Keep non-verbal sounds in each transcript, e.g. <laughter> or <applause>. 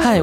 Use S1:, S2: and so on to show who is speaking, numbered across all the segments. S1: 嗨，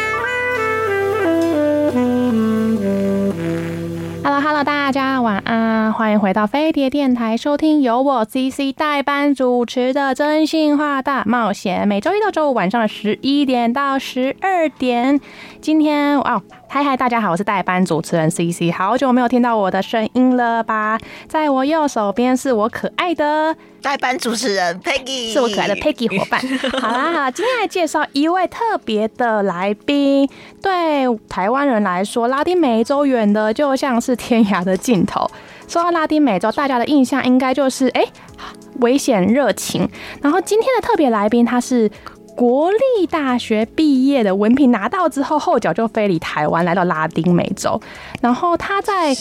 S2: Hello Hello，大家晚安，欢迎回到飞碟电台，收听由我 CC 代班主持的《真心话大冒险》，每周一到周五晚上的十一点到十二点。今天哦，嗨嗨，大家好，我是代班主持人 CC，好久没有听到我的声音了吧？在我右手边是我可爱的
S3: 代班主持人 Peggy，
S2: 是我可爱的 Peggy 伙伴。好啦好啦，今天来介绍一位特别的来宾。对台湾人来说，拉丁美洲远的就像是天涯的尽头。说到拉丁美洲，大家的印象应该就是哎、危险热情。然后今天的特别来宾，他是。国立大学毕业的文凭拿到之后，后脚就飞离台湾，来到拉丁美洲。然后他在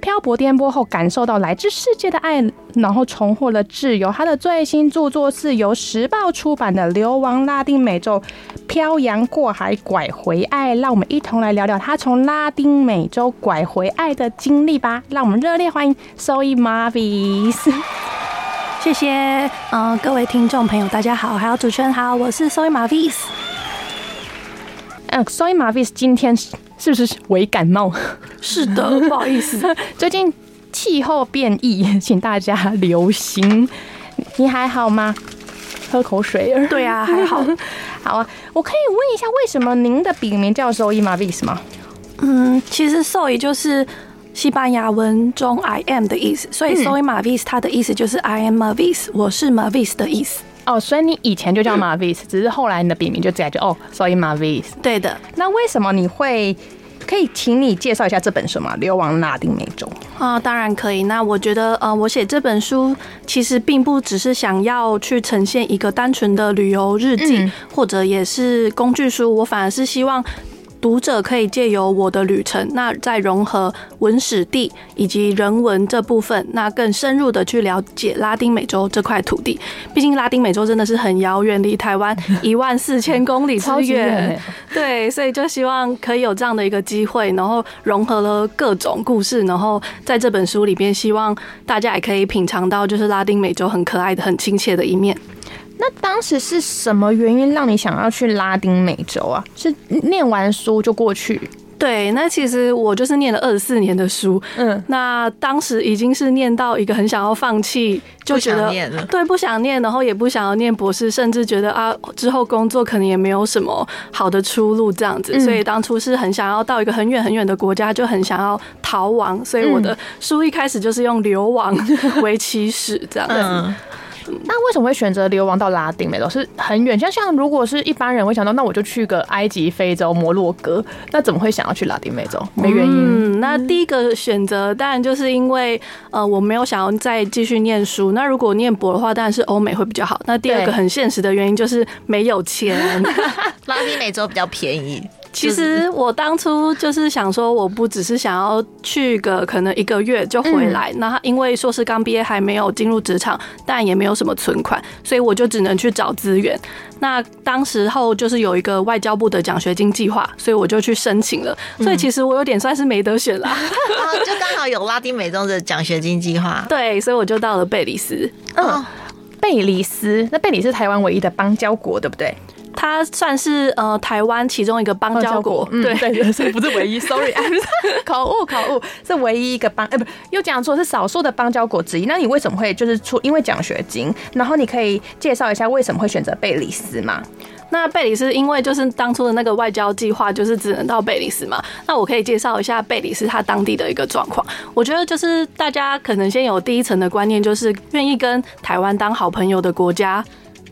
S2: 漂泊颠簸后，感受到来自世界的爱，然后重获了自由。他的最新著作是由时报出版的《流亡拉丁美洲：漂洋过海拐回爱》。让我们一同来聊聊他从拉丁美洲拐回爱的经历吧。让我们热烈欢迎 Soy Marvis。
S4: 谢谢，呃，各位听众朋友，大家好，还有主持人好，我是 Soy Marvis。
S2: 嗯，Soy Marvis 今天是是不是微感冒？
S4: 是的， <laughs> 不好意思，
S2: 最近气候变异，请大家留心。你还好吗？喝口水儿。
S4: 对啊，还 <laughs> 好。
S2: 好啊，我可以问一下，为什么您的笔名叫 Zoe Marvis 吗？
S4: 嗯，其实 Soy 就是西班牙文中 I am 的意思，所以 Soy Marvis 它的意思就是 I am Marvis，我是 Marvis 的意思。
S2: 哦，所以你以前就叫 Marvis，只是后来你的笔名就直接就哦，Zoe Marvis。
S4: 对的，
S2: 那为什么你会？可以请你介绍一下这本书吗？《流亡拉丁美洲》。
S4: 啊、当然可以。那我觉得，呃，我写这本书其实并不只是想要去呈现一个单纯的旅游日记，
S2: 嗯
S4: 或者也是工具书，我反而是希望。读者可以借由我的旅程，那再融合文史地以及人文这部分，那更深入的去了解拉丁美洲这块土地。毕竟拉丁美洲真的是很遥远，离台湾一万四千公里之
S2: 超级
S4: <laughs>
S2: 远
S4: 远
S2: 欸。
S4: 对，所以就希望可以有这样的一个机会，然后融合了各种故事，然后在这本书里边，希望大家也可以品尝到就是拉丁美洲很可爱的、很亲切的一面。
S2: 那当时是什么原因让你想要去拉丁美洲啊？是念完书就过去？
S4: 对，那其实我就是念了二十四年的书，
S2: 嗯，
S4: 那当时已经是念到一个很想要放弃，就觉
S3: 不
S4: 得
S3: 想念了
S4: 对不想念，然后也不想要念博士，甚至觉得啊之后工作可能也没有什么好的出路这样子，
S2: 嗯
S4: 所以当初是很想要到一个很远很远的国家，就很想要逃亡，所以我
S3: 嗯
S4: 的书一开始就是用流亡为起始这样子。
S3: 嗯，
S2: 那为什么会选择流亡到拉丁美洲？是很远，像像如果是一般人会想到，那我就去个埃及、非洲、摩洛哥，那怎么会想要去拉丁美洲？没原因。
S4: 嗯，那第一个选择当然就是因为呃我没有想要再继续念书。那如果念博的话，当然是欧美会比较好。那第二
S2: 对
S4: 个很现实的原因就是没有钱。
S3: 拉丁美洲比较便宜，
S4: 其实我当初就是想说，我不只是想要去个可能一个月就回来，那因为硕士刚毕业还没有进入职场，但也没有什么存款，所以我就只能去找资源。那当时候就是有一个外交部的奖学金计划，所以我就去申请了。所以其实我有点算是没得选啦，
S3: 然后啊就刚好有拉丁美洲的奖学金计划。哦
S4: 对，所以我就到了贝里斯。
S2: 嗯，贝里斯，那贝里是台湾唯一的邦交国，对不对？
S4: 它算是呃台湾其中一个邦交国，
S2: 嗯
S4: 对，
S2: 对，所以不是唯一，sorry，口 <laughs> 误口误，是唯一一个邦，哎、不，又讲错，是少数的邦交国之一。那你为什么会就是出因为奖学金，然后你可以介绍一下为什么会选择贝里斯吗？
S4: <laughs> 那贝里斯因为就是当初的那个外交计划，就是只能到贝里斯嘛。那我可以介绍一下贝里斯它当地的一个状况。我觉得就是大家可能先有第一层的观念，就是愿意跟台湾当好朋友的国家，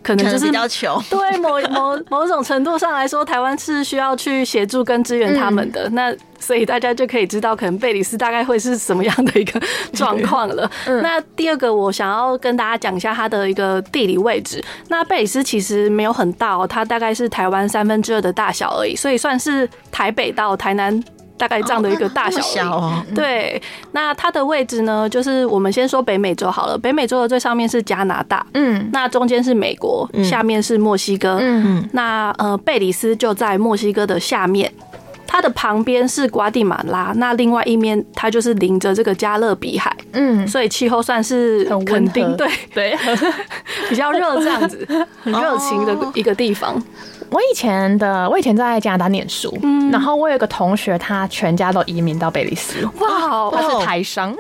S4: 可能
S3: 可
S4: 就
S3: 能
S4: 是
S3: 比较穷，
S4: <laughs> 对某某某种程度上来说，台湾是需要去协助跟支援他们的。那所以大家就可以知道，可能贝里斯大概会是什么样的一个 <laughs> 状况了。那第二个，我想要跟大家讲一下它的一个地理位置。那贝里斯其实没有很大哦，它大概是台湾三分之二的大小而已，所以算是台北到台南。大概这样的一个大小
S3: 那
S4: 而
S3: 么
S4: 已。
S3: 小哦，
S4: 对，那它的位置呢，就是我们先说北美洲好了。北美洲的最上面是加拿大，
S2: 嗯
S4: 那中间是美国，
S3: 嗯
S4: 下面是墨西哥。
S2: 嗯
S4: 那呃，贝里斯就在墨西哥的下面，它的旁边是瓜地马拉，那另外一面它就是临着这个加勒比海，
S2: 嗯，
S4: 所以气候算是
S2: 很温
S4: 肯定
S2: 和
S4: 对
S2: <laughs>
S4: <laughs>
S2: 对。
S4: 比较热这样子，
S2: <laughs>
S4: 很热情的
S2: 哦
S4: 一个地方。
S2: 我以前的，我以前在加拿大念书，然后我有一个同学，他全家都移民到贝里斯，
S4: 哇，
S2: 他
S4: 哇
S2: 是台 <laughs> 商，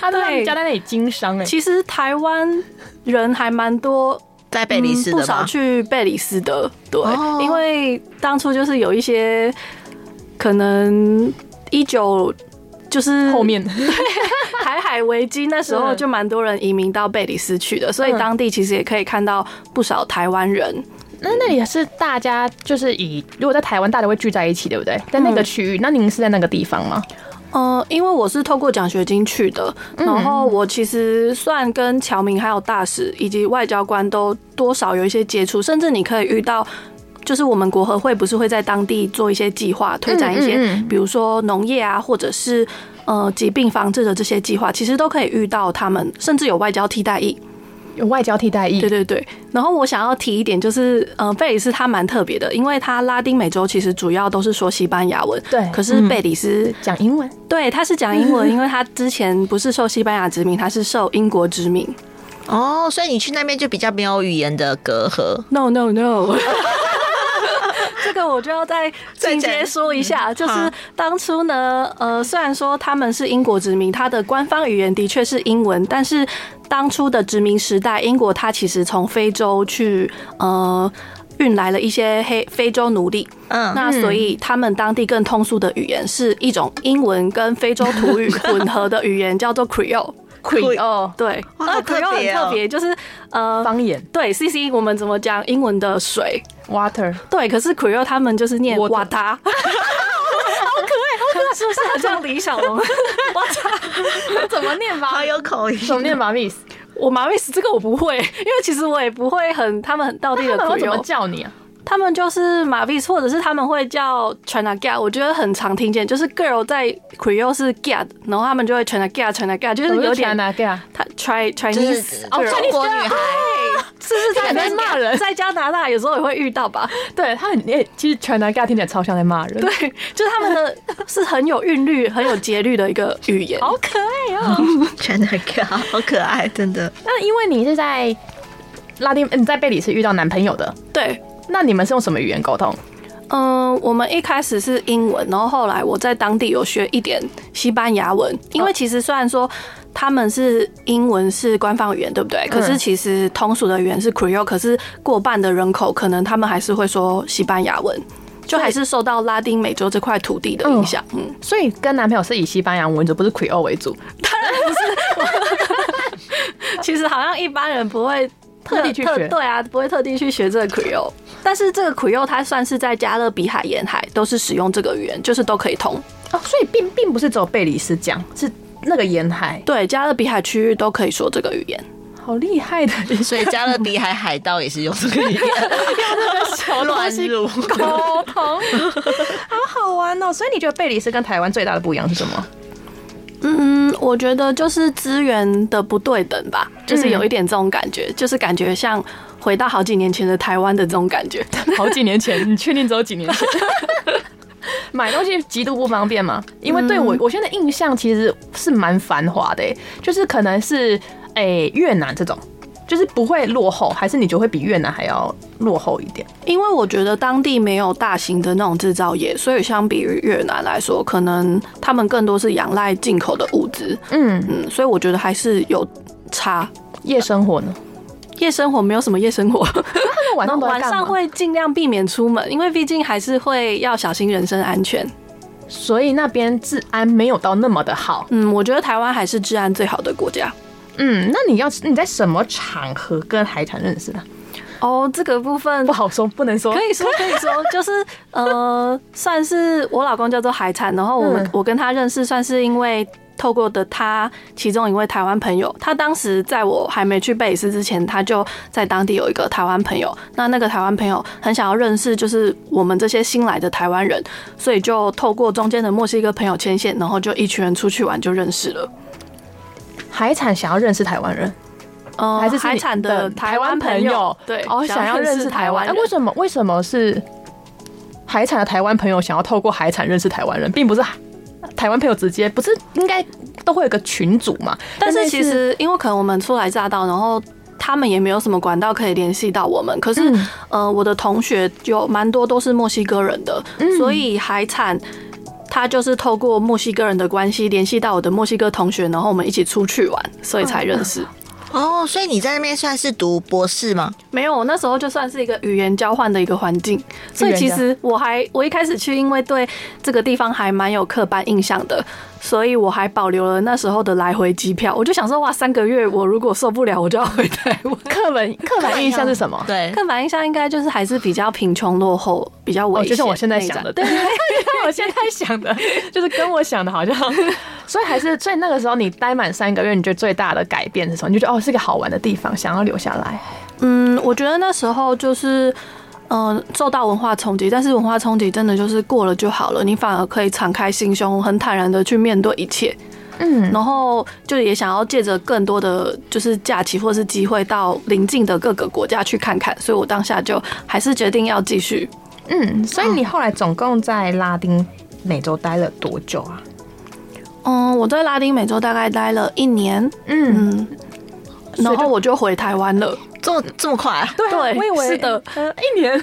S2: 他在他们家在那里经商哎、
S4: 其实台湾人还蛮多。
S3: 在贝里斯
S4: 嗯不
S3: 的
S4: 少
S3: 吧？
S4: 去贝里斯的，对，
S3: 哦
S4: 因为当初就是有一些可能一九就是
S2: 后面
S4: 台海危机那时候
S2: 嗯
S4: 就蛮多人移民到贝里斯去的，所以
S2: 嗯
S4: 当地其实也可以看到不少台湾人。
S2: 那那里是大家就是以如果在台湾大家会聚在一起，对不对？在那个区域，那您是在那个地方吗？
S4: 呃，因为我是透过奖学金去的，
S2: 嗯
S4: 然后我其实算跟侨民、还有大使以及外交官都多少有一些接触，甚至你可以遇到。就是我们国合会不是会在当地做一些计划，推展一些，
S2: 嗯嗯
S4: 比如说农业啊，或者是呃疾病防治的这些计划，其实都可以遇到他们，甚至有外交替代役。
S2: 有外交替代役，
S4: 对对对，然后我想要提一点，就是呃，贝里斯它蛮特别的，因为它拉丁美洲其实主要都是说西班牙文，
S2: 对嗯
S4: 可是贝里斯
S2: 讲英文
S4: 对，他是讲英文，因为他之前不是受西班牙殖民，他是受英国殖民。
S3: 哦，所以你去那边就比较没有语言的隔阂。
S4: No no no 。 <laughs> 这个我就要再
S3: 再
S4: 进
S3: 讲
S4: 阶说一下，就是
S3: 好
S4: 当初呢，呃，虽然说他们是英国殖民，它的官方语言的确是英文，但是当初的殖民时代，英国它其实从非洲去呃运来了一些黑非洲奴隶，
S3: 嗯，
S4: 那所以他们当地更通俗的语言是一种英文跟非洲土语混合的语言，叫做 Creole。
S2: ，Queen 哦，
S4: 对，
S3: 哇
S4: 那
S3: 好
S4: Creole
S3: 特
S4: 很
S3: 别哦
S4: 特别，就是呃，
S2: 方言
S4: 对 C C 我们怎么讲英文的水？
S2: Water，
S4: 对，可是 Creole 他们就是念
S2: Water
S4: 瓦塔。好可爱，好可爱，是不是很像李小 <laughs> 龙？瓦塔，
S2: <laughs> 怎么念吧
S3: 好？有口音，
S2: 怎么念吧，Miss？
S4: 我马瑞斯这个我不会，因为其实我也不会很他们很道地
S2: 他
S4: 的
S2: 们会怎么
S4: Creole。
S2: 叫你啊？
S4: 他们就是马 v 或者是他们会叫 China g a 我觉得很常听见，就是 girl 在 Creole 是 g a 然后他们就会 China g a China g a 就是有点
S2: 哪个啊？
S4: 他 Chi
S3: 就
S4: Chinese
S3: 是
S2: 哦
S4: girl
S3: 中国女孩，
S4: 是不是他
S2: 感觉在骂人
S4: 在加拿大有时候也会遇到吧？
S2: 对他很，诶，其实 China g a 听起来超像在骂人，对，
S4: 对，就是他们的是很有韵律、很有节律的一个语言。
S2: 好可爱 <laughs> 哦。
S3: 全的歌好可爱，真的。
S2: 那因为你是在拉丁，你在贝里斯遇到男朋友的，
S4: 对，
S2: 那你们是用什么语言沟通？
S4: 嗯，我们一开始是英文，然后后来我在当地有学一点西班牙文，因为其实虽然说他们是英文是官方语言，对不对？可是其实通俗的语言是 Creole，可是过半的人口可能他们还是会说西班牙文，就还是受到拉丁美洲这块土地的影响。嗯，
S2: 所以跟男朋友是以西班牙文为主，不是 Creole 为主。
S4: <laughs> 其实好像一般人不会特
S2: 特地去学
S4: 特对啊，不会特地去学这个 Creole。但是这个 Creole 它算是在加勒比海沿海都是使用这个语言，就是都可以通。
S2: 哦，所以并并不是只有贝里斯讲，是那个沿海，
S4: 对，加勒比海区域都可以说这个语言。
S2: 好厉害 <laughs> 的一
S3: 所以加勒比海海盗也是用这个语言
S2: 个小
S3: 乱入。
S2: 沟通，好好玩哦。所以你觉得贝里斯跟台湾最大的不一样是什么？
S4: 嗯，我觉得就是资源的不对等吧，就是有一点这种感觉，就是感觉像回到好几年前的台湾的这种感觉。
S2: 好几年前，你确定只有几年前？ <laughs> 买东西极度不方便嘛，因为对我我现在印象其实是蛮繁华的、欸，就是可能是诶、越南这种，就是不会落后，还是你觉得会比越南还要落后一点？
S4: 因为我觉得当地没有大型的那种制造业，所以相比于越南来说，可能他们更多是仰赖进口的物资。
S2: 嗯，
S4: 嗯，所以我觉得还是有差。
S2: 夜生活呢？
S4: 夜生活没有什么夜生 <laughs> 活，
S2: 他们晚上都在
S4: 晚
S2: 干嘛
S4: 上，会尽量避免出门，因为毕竟还是会要小心人身安全。
S2: 所以那边治安没有到那么的好。
S4: 嗯，我觉得台湾还是治安最好的国家。
S2: 嗯，那你要你在什么场合跟海产认识的？
S4: 哦，这个部分
S2: 不好说，不能说。
S4: 可以说可以
S2: <laughs>
S4: 说，就是呃，算是我老公叫做海产，然后我们、
S2: 嗯
S4: 我跟他认识，算是因为透过的他其中一位台湾朋友，他当时在我还没去贝里斯之前，他就在当地有一个台湾朋友。那那个台湾朋友很想要认识，就是我们这些新来的台湾人，所以就透过中间的墨西哥朋友牵线，然后就一群人出去玩就认识了。
S2: 海产想要认识台湾人，
S4: 嗯
S2: 还是是
S4: 海
S2: 你
S4: 产的台湾朋友，对，
S2: 哦，想要认识台湾。
S4: 人
S2: 哎，为什么？为什么是海产的台湾朋友想要透过海产认识台湾人，并不是海台湾朋友直接，不是应该都会有个群组嘛？
S4: 但是
S2: 类似
S4: 其实因为可能我们初来乍到，然后他们也没有什么管道可以联系到我们。可是，
S2: 嗯
S4: 呃，我的同学有蛮多都是墨西哥人的，所以海产。他就是透过墨西哥人的关系联系到我的墨西哥同学，然后我们一起出去玩，所以才认识。
S3: 哦，所以你在那边算是读博士吗？
S4: 没有，我那时候就算是一个语言交换的一个环境，所以其实我还我一开始去，因为对这个地方还蛮有刻板印象的，所以我还保留了那时候的来回机票。我就想说，哇，三个月我如果受不了，我就要回台湾。 <laughs>
S2: 刻板刻
S4: 啊
S2: 板印象是什么？
S3: 对，
S4: 刻板印象应该就是还是比较贫穷落后，比较危
S2: 哦，
S4: 险、
S2: 就像我现在想的，<laughs>
S4: 对
S2: 对，就像我现在想的，就是跟我想的好像， <laughs> 所以还是，所以那个时候你待满三个月，你觉得最大的改变是什么？你就觉得哦，是个好玩的地方，想要留下来。
S4: 嗯，我觉得那时候就是。嗯，受到文化冲击，但是文化冲击真的就是过了就好了，你反而可以敞开心胸，很坦然的去面对一切。
S2: 嗯，
S4: 然后就也想要借着更多的就是假期或是机会到邻近的各个国家去看看，所以我当下就还是决定要继续。
S2: 嗯，所以你后来总共在拉丁美洲待了多久啊？
S4: 嗯，我在拉丁美洲大概待了一年，
S2: 嗯，
S4: 嗯，然后我就回台湾了。
S3: 这么这么快啊？
S2: 对啊
S4: 对
S2: 我以为
S4: 是的，
S2: 呃，一 <laughs> 年。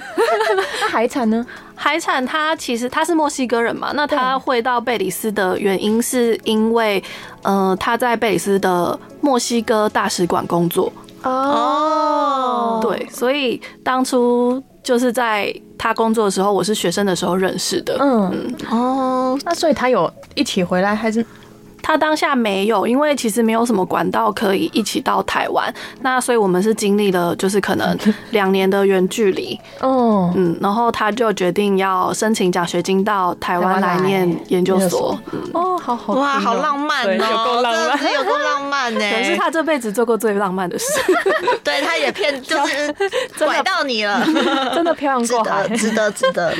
S2: 那海产呢？
S4: 海产他其实他是墨西哥人嘛，那他会到贝里斯的原因是因为，呃，他在贝里斯的墨西哥大使馆工作，
S3: 哦，
S4: 对，所以当初就是在他工作的时候，我是学生的时候认识的。
S2: 嗯，
S3: 哦，
S2: 那所以他有一起回来，还是
S4: 他当下没有，因为其实没有什么管道可以一起到台湾，那所以我们是经历了就是可
S2: <laughs>
S4: 能两年的远距离，
S2: 哦，
S4: 嗯，然后他就决定要申请奖学金到台
S2: 台湾
S4: 湾来
S2: 来
S4: 念研究
S2: 研究
S4: 所
S2: 所，哦，好好听哦，
S3: 哇，好浪漫
S2: 对有
S3: 哦，
S2: 够浪漫
S3: 真的是有够浪漫呢、
S4: <laughs> 可能是他这辈子做过最浪漫的事。
S3: 对，他也骗，就是拐到你
S4: <laughs>
S3: 了，
S2: <laughs> 真的漂洋
S3: 值
S2: 过海
S3: 得，。值得，值得。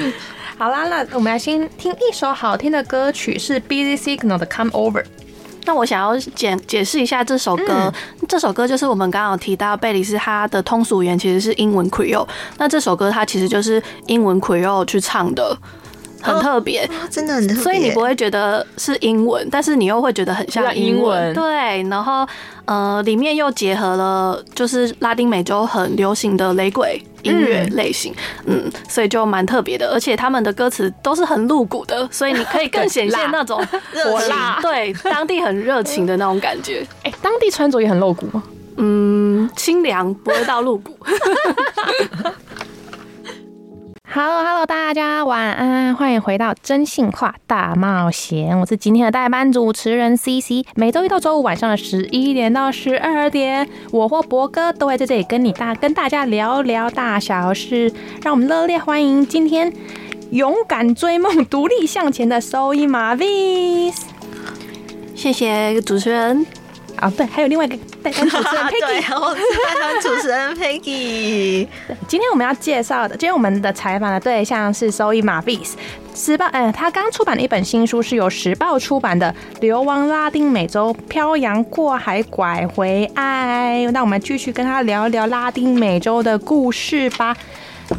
S2: 好啦，那我们来先听一首好听的歌曲，是 Busy Signal 的《Come Over》。
S4: <laughs> 那我想要解解释一下这首歌，这首歌就是我们刚刚有提到贝里斯它的通俗语言其实是英文 Creole，那这首歌它其实就是英文 Creole 去唱的，很
S3: 哦
S4: 特别。
S3: 哇真的很特别，
S4: <laughs> 所以你不会觉得是英文，但是你又会觉得很像
S2: 像英
S4: 啊英文。
S2: 文
S4: 对，然后呃，里面又结合了就是拉丁美洲很流行的雷鬼音乐类型，嗯所以就蛮特别的。而且他们的歌词都是很露骨的，所以你可以更显现那 <laughs> 种
S3: <laughs> 热
S4: 火
S3: 情
S4: 辣，对当地很热情的那种感觉。
S2: 哎、当地穿着也很露骨吗？
S4: 嗯，清凉不会到露骨。
S2: Hello Hello，大家晚安，欢迎回到真性化大冒险，我是今天的代班主持人 CC。每周一到周五晚上的十一点到十二点，我或博哥都会在这里跟你大跟大家聊聊大小事，让我们热烈欢迎今天勇敢追梦、独立向前的收音马 V。
S4: 谢谢主持人。
S2: 啊，对，还有另外一个代班主
S4: <laughs>
S2: 持人 Peggy
S3: 对，我是台湾主持 <laughs> 人 Peggy。
S2: 今天我们要介绍的，今天我们的采访的对象是收益马 vis 时报，呃，他刚出版的一本新书是由时报出版的《流亡拉丁美洲：漂洋过海拐回爱》。那我们继续跟他聊聊拉丁美洲的故事吧。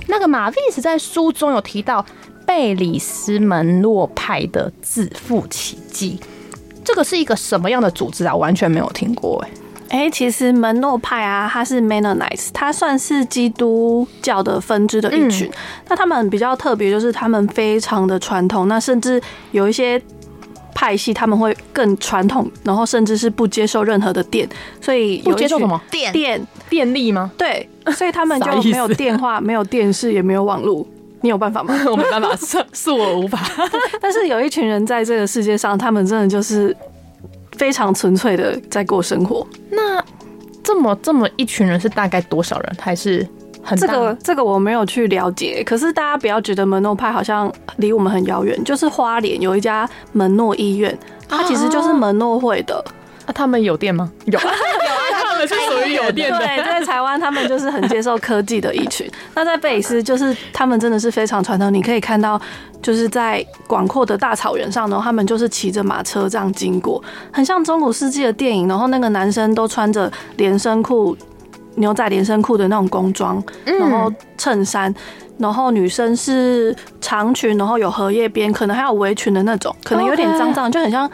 S2: 那个马 vis 在书中有提到贝里斯门洛派的自负奇迹。这个是一个什么样的组织啊？我完全没有听过哎、
S4: 哎、其实门诺派啊，它是 Mennonites，它算是基督教的分支的一群。
S2: 嗯
S4: 那他们比较特别，就是他们非常的传统，那甚至有一些派系他们会更传统，然后甚至是不接受任何的电，所以有一
S2: 不接受
S4: 群
S2: 什
S4: <laughs>
S2: 么
S3: 电
S4: 电？
S2: 电力吗？
S4: 对，所以
S2: <laughs>
S4: 他们
S2: 啥
S4: 就
S2: 意思
S4: 没有电话，没有电视，也没有网络。你有
S2: <laughs>
S4: 办法吗？
S2: <laughs> 我没办法，是是我无法。
S4: 但是有一群人在这个世界上，他们真的就是非常纯粹的在过生活。
S2: 那这么这么一群人是大概多少人？还是很
S4: 这
S2: 大？
S4: 个这个我没有去了解，可是大家不要觉得门诺派好像离我们很遥远，就是花莲有一家门诺医院，它其实
S2: 哦
S4: 就是门诺会的。
S2: 啊，他们有店吗？ <laughs> 有，啊
S5: 啊
S2: 他们是属于有店的。
S5: <laughs>
S4: 对，在台湾他们就是很接受科技的一群。那在贝里斯，就是他们真的是非常传统，你可以看到，就是在广阔的大草原上，然后他们就是骑着马车这样经过，很像中古世纪的电影。然后那个男生都穿着连身裤、牛仔连身裤的那种工装，然后衬衫。然后女生是长裙，然后有荷叶边，可能还有围裙的那种，可能有点脏脏，就很像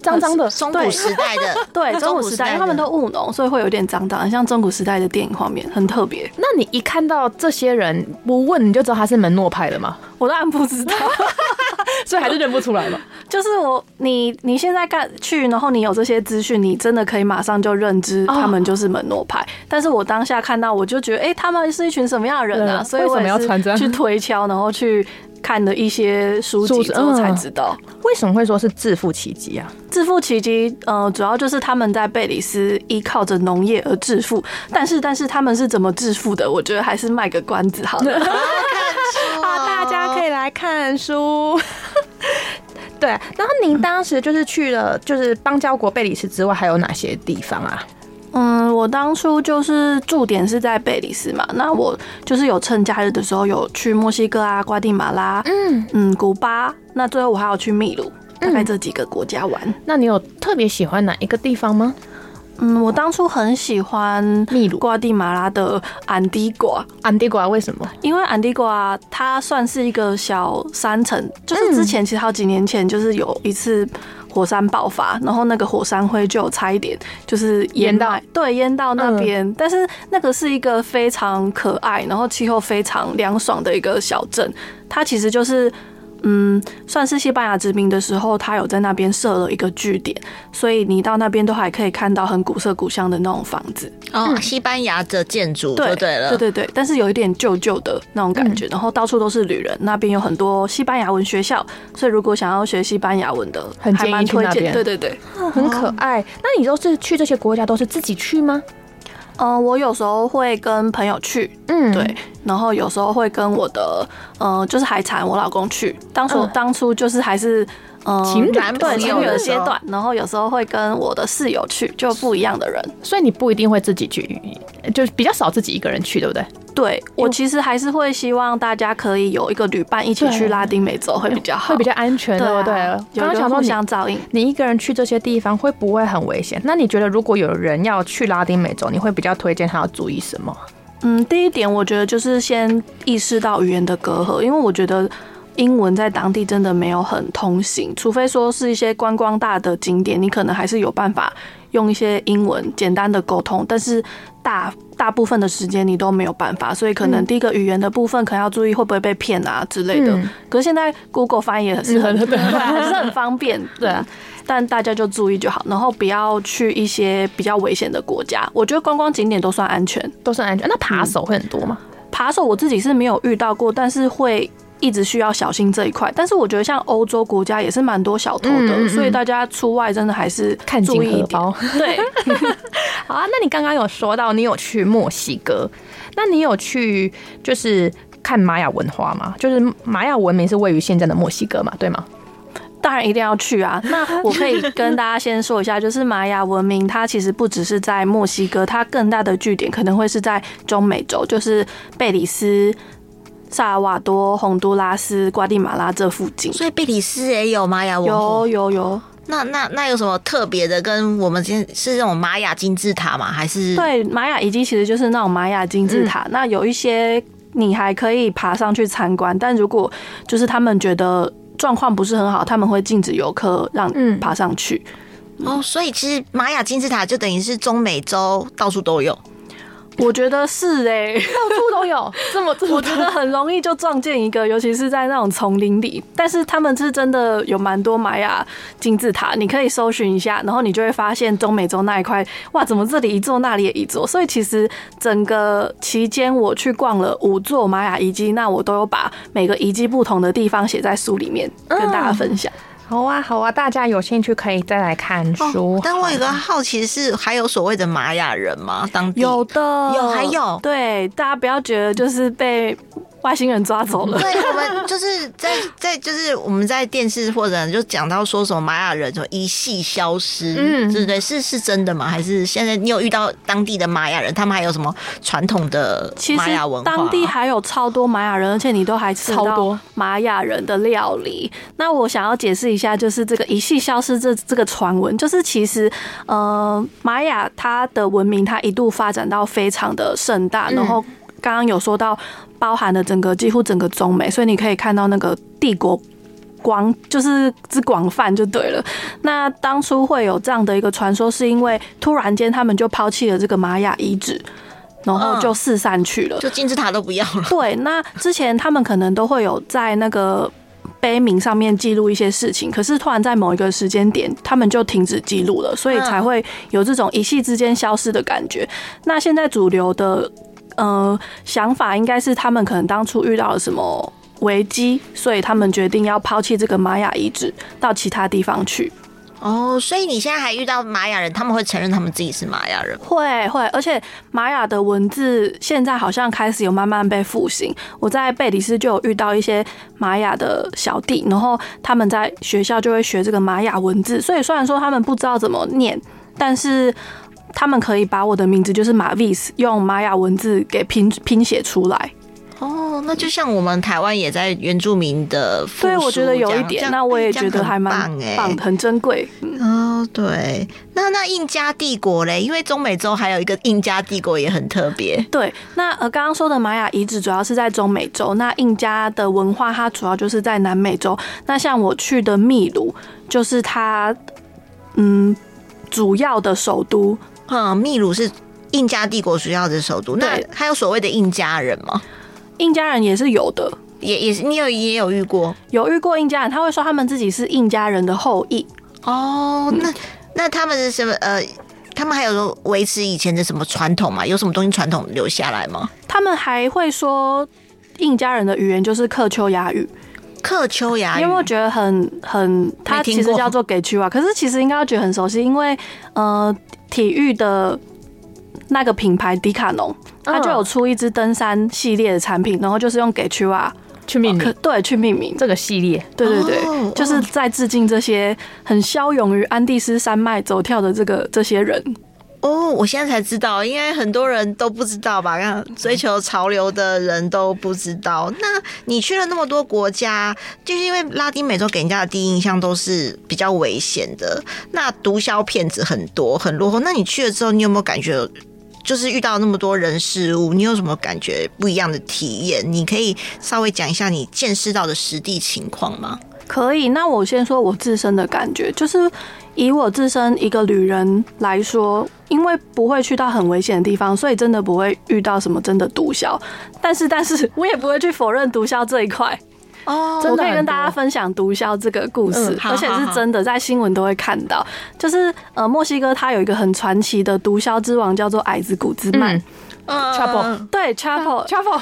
S2: 脏脏的，
S3: 中古 <laughs> 时代的，
S4: <laughs> 对，中古时代，因为他们都务农，所以会有点脏脏，很像中古时代的电影画面，很特别。
S5: 那你一看到这些人，不问你就知道他是门诺派的
S2: <laughs>
S5: 吗？
S4: 我当然不知道， <laughs>
S5: 所以还是认不出来嘛。
S4: 就是我，你你现在干去，然后你有这些资讯，你真的可以马上就认
S5: 哦
S4: 知他们就是门诺派。但是我当下看到，我就觉得，哎、他们是一群什么样的人啊？
S5: 对
S4: 所以
S5: 为
S4: 我
S5: 什么
S4: 也
S5: 要穿这
S4: 是
S5: 样
S4: 去推敲，然后去看的一些书籍
S5: 书籍
S4: 之后才
S5: 嗯
S4: 知道。
S5: 为什么会说是自负其极啊？
S4: 致富奇迹，呃，主要就是他们在贝里斯依靠着农业而致富，但是但是他们是怎么致富的？我觉得还是卖个关子好
S5: <laughs>
S4: 了。
S2: 啊，大家可以来看书。对，然后您当时就是去了，就是邦交国贝里斯之外，还有哪些地方啊？
S4: 嗯，我当初就是驻点是在贝里斯嘛，那我就是有趁假日的时候有去墨西哥啊、瓜地马拉，嗯古巴，那最后我还有去秘鲁，大
S5: 嗯
S4: 概这几个国家玩。
S5: 那你有特别喜欢哪一个地方吗？
S4: 嗯，我当初很喜欢
S5: 秘鲁
S4: 瓜地马拉的安迪瓜，
S5: 安迪瓜为什么？
S4: 因为安迪瓜它算是一个小山城，就是之前其实好几年前就是有一次火山爆发，然后那个火山灰就有差一点就是
S5: 淹到嗯
S4: 埋对淹到那边，但是那个是一个非常可爱，然后气候非常凉爽的一个小镇，它其实就是。嗯，算是西班牙殖民的时候，它有在那边设了一个据点，所以你到那边都还可以看到很古色古香的那种房子。
S3: 哦，西班牙的建筑就对了，
S4: 嗯对对对，但是有一点旧旧的那种感
S5: 嗯
S4: 觉，然后到处都是旅人，那边有很多西班牙文学校，所以如果想要学西班牙文的，
S5: 很
S4: 还
S5: 建议
S4: 蛮
S5: 去
S4: 推
S5: 那
S4: 荐。
S5: 边
S4: 对对对，
S2: 很可爱。哦那你都是去这些国家都是自己去吗？
S4: 嗯，我有时候会跟朋友去，
S2: 嗯，
S4: 对，然后有时候会跟我的，嗯、就是海产我老公去。当
S5: 嗯
S4: 初、当初就是还是。嗯，
S5: 情侣
S4: 对
S3: 朋
S4: 情
S3: 友
S4: 侣的
S3: 的时
S4: 阶
S3: 候
S4: 段，然后有时候会跟我的室友去，就不一样的人。
S5: 所以你不一定会自己去，就是比较少自己一个人去，对不对？
S4: 对我其实还是会希望大家可以有一个旅伴一起去
S5: 对
S4: 拉丁美洲会比较好，
S5: 会比较安全，对
S4: 啊
S5: 不对？
S4: 有
S5: 刚刚
S4: 一
S5: 想
S4: 个
S5: 说
S4: 互
S5: 你
S4: 相照应。
S5: 你一个人去这些地方会不会很危险？那你觉得如果有人要去拉丁美洲，你会比较推荐他要注意什么？
S4: 嗯，第一点我觉得就是先意识到语言的隔阂，因为我觉得。英文在当地真的没有很通行，除非说是一些观光大的景点，你可能还是有办法用一些英文简单的沟通，但是大大部分的时间你都没有办法，所以可能第一个语言的部分可能要注意会不会被骗啊之类的。
S5: 嗯
S4: 可是现在 Google 翻译也是很、对啊，还是很方便，对啊。但大家就注意就好，然后不要去一些比较危险的国家。我觉得观光景点都算安全，
S5: 都是安全。那扒手会很多吗？
S4: 扒手我自己是没有遇到过，但是会一直需要小心这一块。但是我觉得像欧洲国家也是蛮多小偷的，
S5: 嗯嗯嗯
S4: 所以大家出外真的还是
S5: 看
S4: 注
S5: 紧
S4: 意一
S5: 荷
S4: 点。
S5: 包。 <laughs>
S4: 对，
S5: 好啊，那你刚刚有说到你有去墨西哥，那你有去就是看玛雅文化吗？就是玛雅文明是位于现在的墨西哥嘛，对吗？
S4: 当然一定要去啊！那我可以跟大家先说一下，就是玛雅文明，它其实不只是在墨西哥，它更大的据点可能会是在中美洲，就是贝里斯、萨尔瓦多、洪都拉斯、瓜地马拉这附近。
S3: 所以贝里斯也有玛雅文化
S4: 有，有有，
S3: 那那那有什么特别的？跟我们今天是那种玛雅金字塔吗？还是
S4: 对，玛雅遗迹其实就是那种玛雅金字塔，那有一些你还可以爬上去参观，但如果就是他们觉得状况不是很好，他们会禁止游客让你
S5: 嗯
S4: 爬上去。
S3: 哦，所以其实玛雅金字塔就等于是中美洲到处都有。
S4: 我觉得是哎、
S5: 到处都
S4: <laughs>
S5: 有，这么这
S4: 我觉得很容易就撞见一个，尤其是在那种丛林里。但是他们是真的有蛮多玛雅金字塔，你可以搜寻一下，然后你就会发现中美洲那一块，哇，怎么这里一座，那里也一座。所以其实整个期间我去逛了五座玛雅遗迹，那我都有把每个遗迹不同的地方写在书里面跟大家分享。
S5: 好啊好啊，大家有兴趣可以再来看书。
S3: 哦但我有个好奇是，还有所谓的玛雅人吗？当地
S4: 有的，
S3: 有还有
S4: 对，大家不要觉得就是被外星人抓走了。
S3: <laughs> 对，我们就是在在就是我们在电视或者就讲到说什么玛雅人什么一系消失，
S5: 嗯
S3: 嗯，对不对？是是真的吗？还是现在你有遇到当地的玛雅人，他们还有什么传统的
S4: 其实
S3: 玛雅文化？
S4: 当地还有超多玛雅人，而且你都还吃
S5: 超
S4: 到
S5: 多
S4: 玛雅人的料理。那我想要解释一下，就是这个一系消失这这个传闻，就是其实呃，玛雅它的文明它一度发展到非常的盛
S3: 嗯
S4: 大，然后刚刚有说到包含了整个几乎整个中美，所以你可以看到那个帝国广就是之广泛就对了。那当初会有这样的一个传说，是因为突然间他们就抛弃了这个玛雅遗址，然
S3: 嗯
S4: 后就四散去了。
S3: 就金字塔都不要
S4: <laughs>
S3: 了，
S4: 对，那之前他们可能都会有在那个。碑铭上面记录一些事情，可是突然在某一个时间点，他们就停止记录了，所以才会有这种一夕之间消失的感觉。那现在主流的呃想法应该是，他们可能当初遇到了什么危机，所以他们决定要抛弃这个玛雅遗址，到其他地方去。
S3: 哦，所以你现在还遇到玛雅人，他们会承认他们自己是玛雅人吗？
S4: 会会，而且玛雅的文字现在好像开始有慢慢被复兴。我在贝里斯就有遇到一些玛雅的小弟，然后他们在学校就会学这个玛雅文字，所以虽然说他们不知道怎么念，但是。他们可以把我的名字就是马 vis 用玛雅文字给拼拼写出来，
S3: 哦，那就像我们台湾也在原住民的复苏这
S4: 对
S3: 样，
S4: 我觉得有一点，那我也觉得还蛮
S3: 哎
S4: 棒，。很珍贵。
S3: 哦，对，那那印加帝国嘞，因为中美洲还有一个印加帝国也很特别，
S4: 对，那呃，刚刚说的玛雅遗址主要是在中美洲，那印加的文化它主要就是在南美洲。那像我去的秘鲁，就是它嗯主要的首都。
S3: 嗯，秘鲁是印加帝国主要的首都，那
S4: 对
S3: 还有所谓的印加人吗？
S4: 印加人也是有的，
S3: 也也是你有也有遇过
S4: 有遇过印加人，他会说他们自己是印加人的后裔。
S3: 哦，那那他们是什么呃？他们还有维持以前的什么传统吗？有什么东西传统留下来吗？
S4: 他们还会说印加人的语言就是克丘雅语，
S3: 克丘雅
S4: 你
S3: 语
S4: 有没有觉得很很？它
S3: 听
S4: 其实
S3: 过
S4: 叫做给区啊，可是其实应该要觉得很熟悉，因为呃，体育的那个品牌迪卡侬，
S3: 嗯
S4: 它就有出一支登山系列的产品，然后就是用给区啊，
S5: 去命
S4: 可
S5: 名
S4: 对去命名。
S5: 这个系列，
S4: 对对对，
S3: 哦
S4: 就是在致敬这些很骁勇于安第斯山脉走跳的这个这些人。
S3: 哦，我现在才知道，应该很多人都不知道吧？看追求潮流的人都不知道。那你去了那么多国家，就是因为拉丁美洲给人家的第一印象都是比较危险的，那毒枭骗子很多很落后。那你去了之后，你有没有感觉？就是遇到那么多人事物，你有什么感觉不一样的体验？你可以稍微讲一下你见识到的实地情况吗？
S4: 可以，那我先说我自身的感觉，就是以我自身一个旅人来说，因为不会去到很危险的地方，所以真的不会遇到什么真的毒枭。但是，但是我也不会去否认毒枭这一块。
S3: 哦
S4: 我可以
S5: 很
S4: 跟大家
S5: 多
S4: 分享毒枭这个故事
S3: 嗯，好
S4: 而且
S3: 好
S4: 是
S3: 好
S4: 真的，在新闻都会看到。就是呃，墨西哥它有一个很传奇的毒枭之王，叫做矮子古兹曼
S5: 嗯。，Trouble 嗯
S4: 对 c h a p o
S5: Trouble，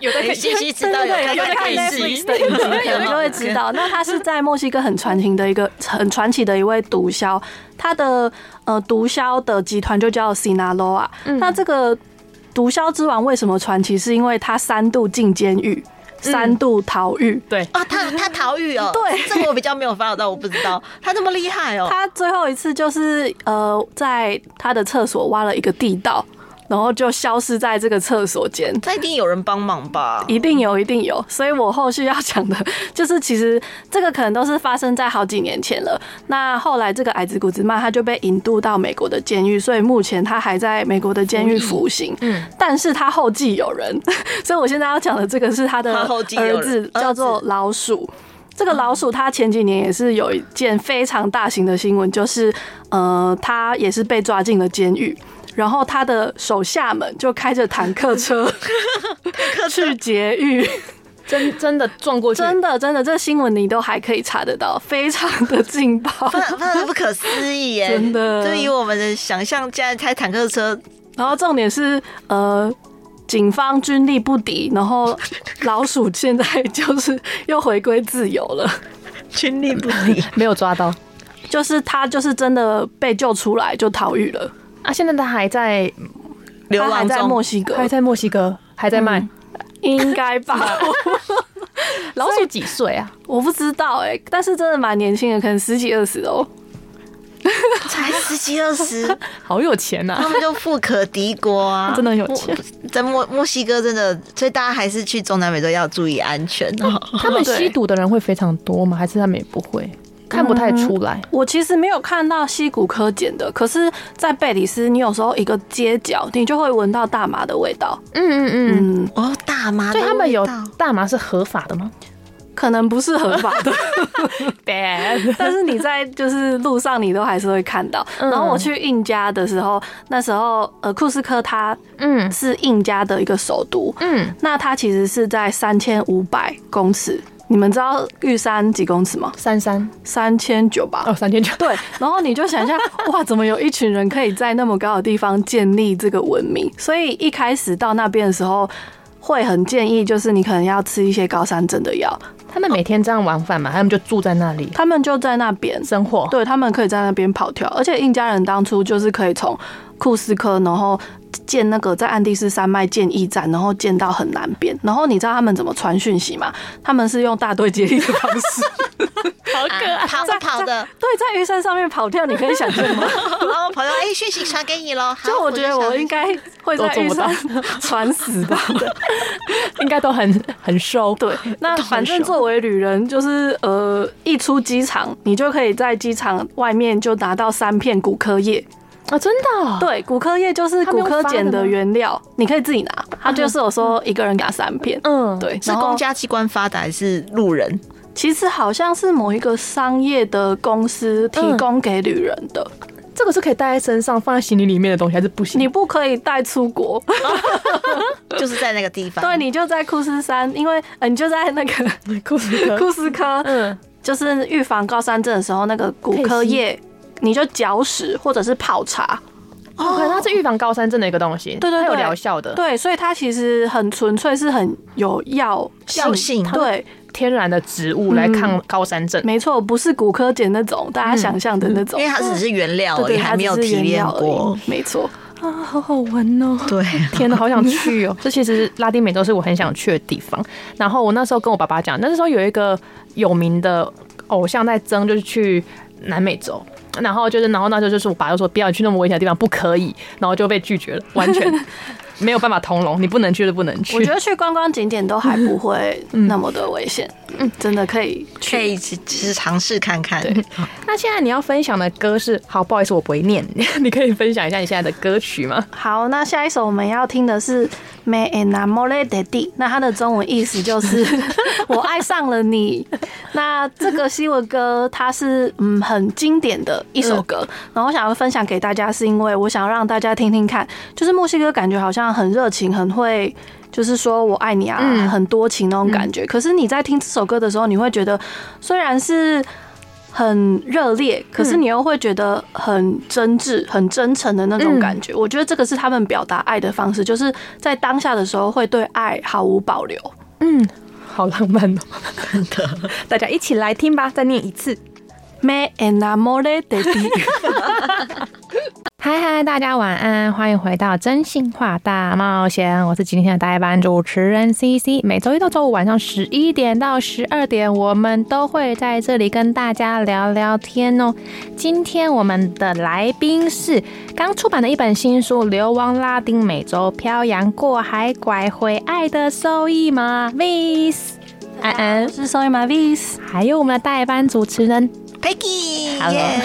S5: 有的可以
S3: 西西知
S4: 对
S3: 道
S4: 对对，
S3: 有
S4: 有在看
S3: 看电
S4: <laughs> Netflix
S3: 视 <laughs>
S4: 的影集，可能就会知道。那他是在墨西哥很传情的一个很传奇的一位毒枭，他的呃毒枭的集团就叫 Sinaloa、那这个毒枭之王为什么传奇？是因为他三度进监狱，三度逃狱。
S5: 对，
S3: 啊，他他逃狱哦，
S4: <laughs> 对
S3: 这个我比较没有 follow 到，我不知道他这么厉害哦。
S4: 他最后一次就是呃，在他的厕所挖了一个地道，然后就消失在这个厕所间。
S3: 这一定有人帮忙吧？
S4: 一定有，一定有。所以我后续要讲的 <laughs> 就是，其实这个可能都是发生在好几年前了。那后来这个矮子古兹曼他就被引渡到美国的监狱，所以目前他还在美国的监狱服刑。嗯，但是他后继有人， <laughs> 所以我现在要讲的这个是他的
S3: 他后继有人嗯
S4: 儿子，
S3: 儿
S4: 叫做
S3: 子
S4: 老鼠。这个老鼠，它前几年也是有一件非常大型的新闻，就是呃，它也是被抓进了监狱，然后它的手下们就开着坦克车 <laughs> 去劫狱，
S5: <laughs> 真真的撞过去，
S4: 真的真的，这新闻你都还可以查得到，非常的劲
S3: <laughs>
S4: 爆。
S3: 真的不可思议耶！
S4: <laughs> 真的
S3: 就以我们的想象，竟然开坦克车，
S4: 然后重点是，呃，警方军力不敌，然后老鼠现在就是又回归自由了，
S3: 军力不
S4: <laughs>
S3: 敌。
S5: 没有抓到
S4: 就是它就是真的被救出来就逃狱了，
S5: 啊！现在他还在
S3: 流
S4: 它还
S3: 浪
S4: 在墨
S3: 中，
S4: 西哥，
S5: 还在墨西哥，还在卖
S4: 嗯应该
S5: <laughs>
S4: 吧，
S5: 老鼠几岁啊？
S4: 我我不知道哎、但是真的蛮年轻的，可能十几二十哦。
S3: 才十几二十，
S5: 好有钱啊呐、
S3: 他们就富可敌国
S4: <laughs>
S3: 啊！
S5: 真的很有钱。
S3: 在墨墨西哥真的，所以大家还是去中南美洲要注意安全
S4: 嗯
S3: 哦。
S5: 他们吸毒的人会非常多吗？还是他们也不会？看不太出来。
S4: 我其实没有看到吸骨科检的，可是，在贝里斯，你有时候一个街角，你就会闻到大麻的味道。
S5: 嗯嗯嗯。
S4: 嗯，
S3: 哦，大麻的
S5: 所以他们有
S3: 味道
S5: 大麻是合法的吗？
S4: 可能不是合法的，
S5: <laughs> 对，
S4: 但是你在就是路上，你都还是会看到。
S5: 嗯
S4: 然后我去印加的时候，那时候呃，库斯科它
S5: 嗯
S4: 是印加的一个首都，
S5: 嗯，
S4: 那它其实是在三千五百公尺。你们知道玉山几公尺吗？
S5: 三三
S4: 三千九吧。
S5: 哦，三千九，
S4: 对，然后你就想象，哇，怎么有一群人可以在那么高的地方建立这个文明？所以一开始到那边的时候，会很建议，就是你可能要吃一些高山症的药。
S5: 他们每天这样往返嘛，他们就住在那里
S4: 他们就在那边，
S5: 生活。
S4: 对他们可以在那边跑跳，而且印加人当初就是可以从库斯科，然后建那个在安第斯山脉建驿站，然后建到很南边。然后你知道他们怎么传讯息吗？ <laughs> 他们是用大队接力的方
S3: <laughs>
S4: 式，
S5: 好
S3: 啊跑跑的，
S4: <laughs> 对，在玉山上面跑跳，你可以想象
S3: <laughs>
S4: 吗？
S3: 然后朋友哎，讯息传给你喽。好
S4: 就我觉得我应该会在玉山传死吧。 <laughs>
S5: 应该都很 <laughs> 很瘦。
S4: 对，那反正作为旅人，就是呃，一出机场，你就可以在机场外面就拿到三片骨科叶。
S5: 啊，真的哦、
S4: 对，骨科叶就是
S5: 他们
S4: 骨
S5: 有
S4: 科
S5: 发
S4: 碱
S5: 的
S4: 的
S5: 吗
S4: 原料，你可以自己拿。他就是有说一个人给他三片。
S5: 嗯，
S4: 对，
S3: 嗯是
S4: 然后
S3: 公家机关发的还是路人？
S4: 其实好像是某一个商业的公司提
S5: 嗯
S4: 供给旅人的，
S3: 嗯
S5: 这个是可以带在身上，放在行李里面的东西还是不行？
S4: 你不可以带出国。
S3: 嗯
S4: <laughs>
S3: 就是在那个地方。
S4: 对，你就在库斯山，因为呃，你就在那个
S5: <laughs> 裤子
S4: 库斯科，
S5: 嗯，
S4: 就是预防高山症的时候，那个骨科叶，你就嚼食或者是泡茶。
S5: 哦，可能它是预防高山症的一个东西，
S4: 对对对
S5: 它有疗效的，
S4: 对，所以它其实很纯粹，是很有药
S3: 药性
S4: 对，
S5: 天然的植物来抗高山症。
S4: 没错，不是骨科碱那种大家想象的那种，
S3: 嗯因为它只是原料而已，还没有
S4: 哦它只
S3: 提
S4: 是原
S3: 炼
S4: 料而已 <laughs>
S3: 过。。<laughs>
S4: 没错，
S5: 啊，好好闻哦！
S3: 对，
S5: 天哪，好想去哦！ <laughs> 这其实拉丁美洲是我很想去的地方。然后我那时候跟我爸爸讲，那时候有一个有名的偶像在争，就是去南美洲。然后就是，然后那时候就是我爸就说不要你去那么危险的地方，不可以，然后就被拒绝了，完全 <laughs> 没有办法通融，你不能去就不能去。
S4: 我觉得去观光景点都还不会那么的危险，嗯，真的可以去。
S3: 可以只只是尝试看看。
S5: 那现在你要分享的歌是，好，不好意思，我不会念， <laughs> 你可以分享一下你现在的歌曲吗？ <laughs>
S4: 好，那下一首我们要听的是《Me Enamoré de Ti》，那它的中文意思就是 <laughs> 我爱上了你。那这个西文歌它是嗯很经典的一首歌，然后我想要分享给大家，是因为我想要让大家听听看，就是墨西哥感觉好像很热情，很会。就是说我爱你啊，
S5: 嗯
S4: 很多情那种感觉。可是你在听这首歌的时候，你会觉得虽然是很热烈，可
S5: 嗯
S4: 是你又会觉得很真挚、很真诚的那种感觉。
S5: 嗯
S4: 我觉得这个是他们表达爱的方式，就是在当下的时候会对爱毫无保
S5: <laughs>
S4: 留。
S5: 好浪漫哦，大家一起来听吧，再念一次。
S4: Me enamoré de ti。
S5: 嗨嗨，大家晚安，欢迎回到真心话大冒险，我是今天的代班主持人 CC。每周一到周五晚上十一点到十二点，我们都会在这里跟大家聊聊天哦。今天我们的来宾是刚出版的一本新书《流亡拉丁美洲：漂洋过海拐回爱的受益吗 Vis。安安
S4: 我，是 Soy Mavis。
S5: 还有我们的代班主持人
S3: Peggy，
S5: Hello
S3: 耶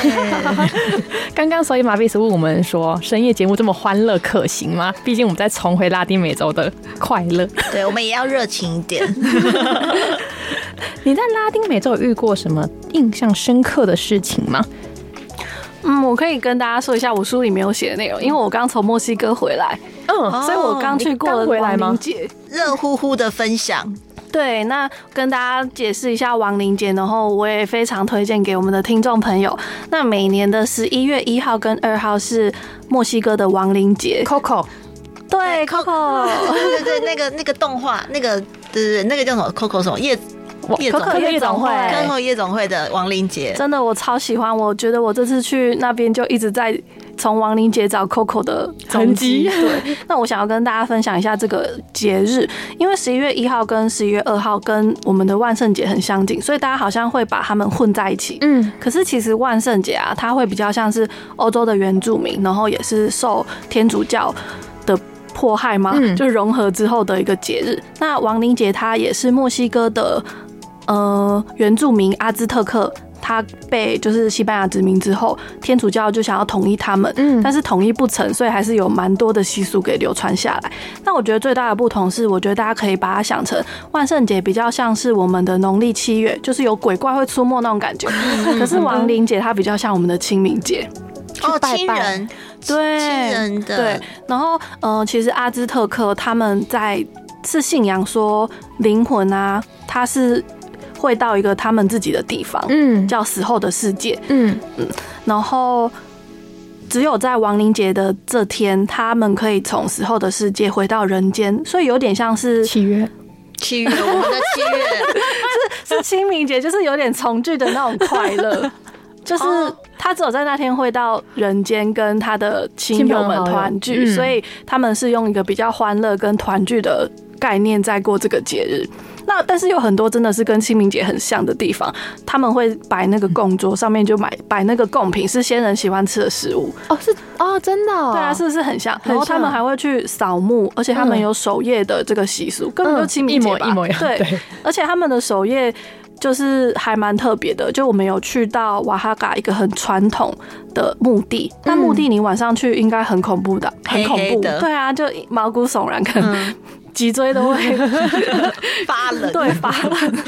S5: 刚刚所以马比斯问我们说，深夜节目这么欢乐可行吗？毕竟我们在重回拉丁美洲的快乐。
S3: 对，我们也要热情一点。
S5: <laughs>
S4: <laughs>
S5: 你在拉丁美洲有遇过什么印象深刻的事情吗？
S4: 嗯，我可以跟大家说一下我书里没有写的内容，因为我刚从墨西哥回来，
S5: 嗯，
S4: 所以我刚去过了
S5: 你刚回来吗
S4: 亡灵节。
S3: 热乎乎的分享，
S4: 对，那跟大家解释一下亡灵节，然后我也非常推荐给我们的听众朋友。那每年的十一月一号跟二号是墨西哥的亡灵节，
S5: Coco，
S4: 对，Coco。
S3: <laughs> 对对对，那个那个动画，那个对对对，那个叫什么 Coco 什么夜
S5: 我
S3: 夜总
S4: Coco
S3: 会
S4: 夜总会
S3: Coco 夜总会的亡灵节，
S4: 真的，我超喜欢。我觉得我这次去那边就一直在从亡灵节找 Coco 的踪
S5: 痕
S4: 迹
S5: 迹。
S4: 对，那我想要跟大家分享一下这个节日，因为十一月一号跟十一月二号跟我们的万圣节很相近，所以大家好像会把它们混在一起。
S5: 嗯，
S4: 可是其实万圣节啊，它会比较像是欧洲的原住民，然后也是受天主教的迫害嘛，
S5: 嗯
S4: 就融合之后的一个节日。那亡灵节它也是墨西哥的呃原住民阿兹特克。他被就是西班牙殖民之后，天主教就想要统一他们，
S5: 嗯
S4: 但是统一不成，所以还是有蛮多的习俗给流传下来。那我觉得最大的不同是，我觉得大家可以把它想成万圣节比较像是我们的农历七月，就是有鬼怪会出没那种感觉。可是亡灵节它比较像我们的清明节，
S3: 哦，
S2: 拜
S3: 亲
S2: 拜
S3: 人，
S4: 对，
S3: 亲人的，
S4: 对，然后呃，其实阿兹特克他们在是信仰说灵魂啊，它是会到一个他们自己的地方，
S5: 嗯
S4: 叫死后的世界。
S5: 嗯
S4: 然后只有在亡灵节的这天，他们可以从死后的世界回到人间，所以有点像是
S5: 七月，
S3: 七月，我们的七
S4: <laughs>
S3: 月，
S4: 是清明节，就是有点重聚的那种快
S5: <laughs>
S4: 乐。就是
S3: 哦
S4: 他只有在那天会到人间跟他的亲
S5: 亲朋
S4: 友们
S5: 好友
S4: 团聚，
S5: 嗯
S4: 所以他们是用一个比较欢乐跟团聚的概念在过这个节日。那但是有很多真的是跟清明节很像的地方，他们会摆那个供桌，上面就买摆那个贡品，是先人喜欢吃的食物。
S5: 哦是哦真的哦，
S4: 对啊，是不是很像？然后他
S5: 像
S4: 们还会去扫墓，而且他们
S5: 嗯
S4: 有守夜的这个习俗，根本就
S5: 嗯
S4: 清明节吧
S5: 一模一模一样 <laughs>
S4: 对，
S5: 对
S4: 而且他们的守夜就是还蛮特别的，就我们有去到瓦哈嘎一个很传统的墓地，那墓地你晚上去应该很恐怖的，很恐
S3: 嗯
S4: 怖
S3: 黑黑的嗯
S4: 对啊，就毛骨悚然，可能脊椎都会 <laughs>
S3: 发冷，
S4: 对发
S3: <laughs>
S4: 冷。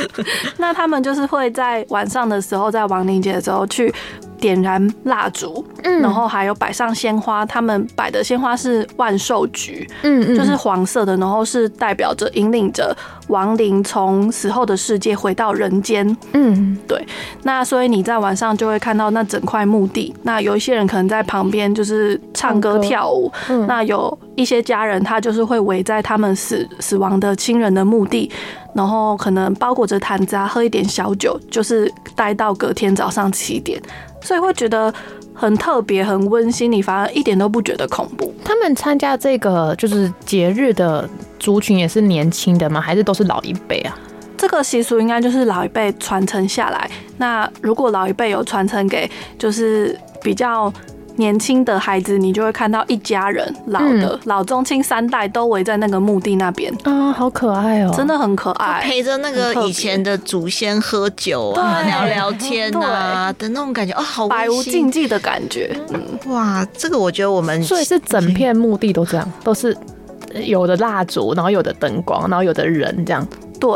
S4: 那他们就是会在晚上的时候，在亡灵节的时候去点燃蜡烛，
S5: 嗯
S4: 然后还有摆上鲜花。他们摆的鲜花是万寿菊，
S5: 嗯嗯
S4: 就是黄色的，然后是代表着引领着亡灵从死后的世界回到人间。
S5: 嗯
S4: 对，那所以你在晚上就会看到那整块墓地。那有一些人可能在旁边就是唱歌
S5: 唱歌
S4: 跳舞，
S5: 嗯
S4: 那有一些家人他就是会围在他们死死亡的亲人的墓地，然后可能包裹着毯子啊，喝一点小酒，就是待到隔天早上七点，所以会觉得很特别、很温馨，你反而一点都不觉得恐怖。
S5: 他们参加这个就是节日的族群也是年轻的吗？还是都是老一辈啊？
S4: 这个习俗应该就是老一辈传承下来。那如果老一辈有传承给就是比较年轻的孩子，你就会看到一家人老的、老中青三代都围在那个墓地那边，
S5: 啊，好可爱哦，
S4: 真的很可爱。
S3: 陪着那
S4: 很
S3: 个
S4: 特别
S3: 以前的祖先喝酒啊，
S4: 对
S3: 聊聊天啊的那种感觉，哦，好
S4: 百无
S3: 温
S4: 禁
S3: 馨
S4: 忌的感觉，
S3: 哇！这个我觉得我们
S5: 所以是整片墓地都这样，都是呃有的蜡烛，然后有的灯光，然后有的人这样。
S4: 对，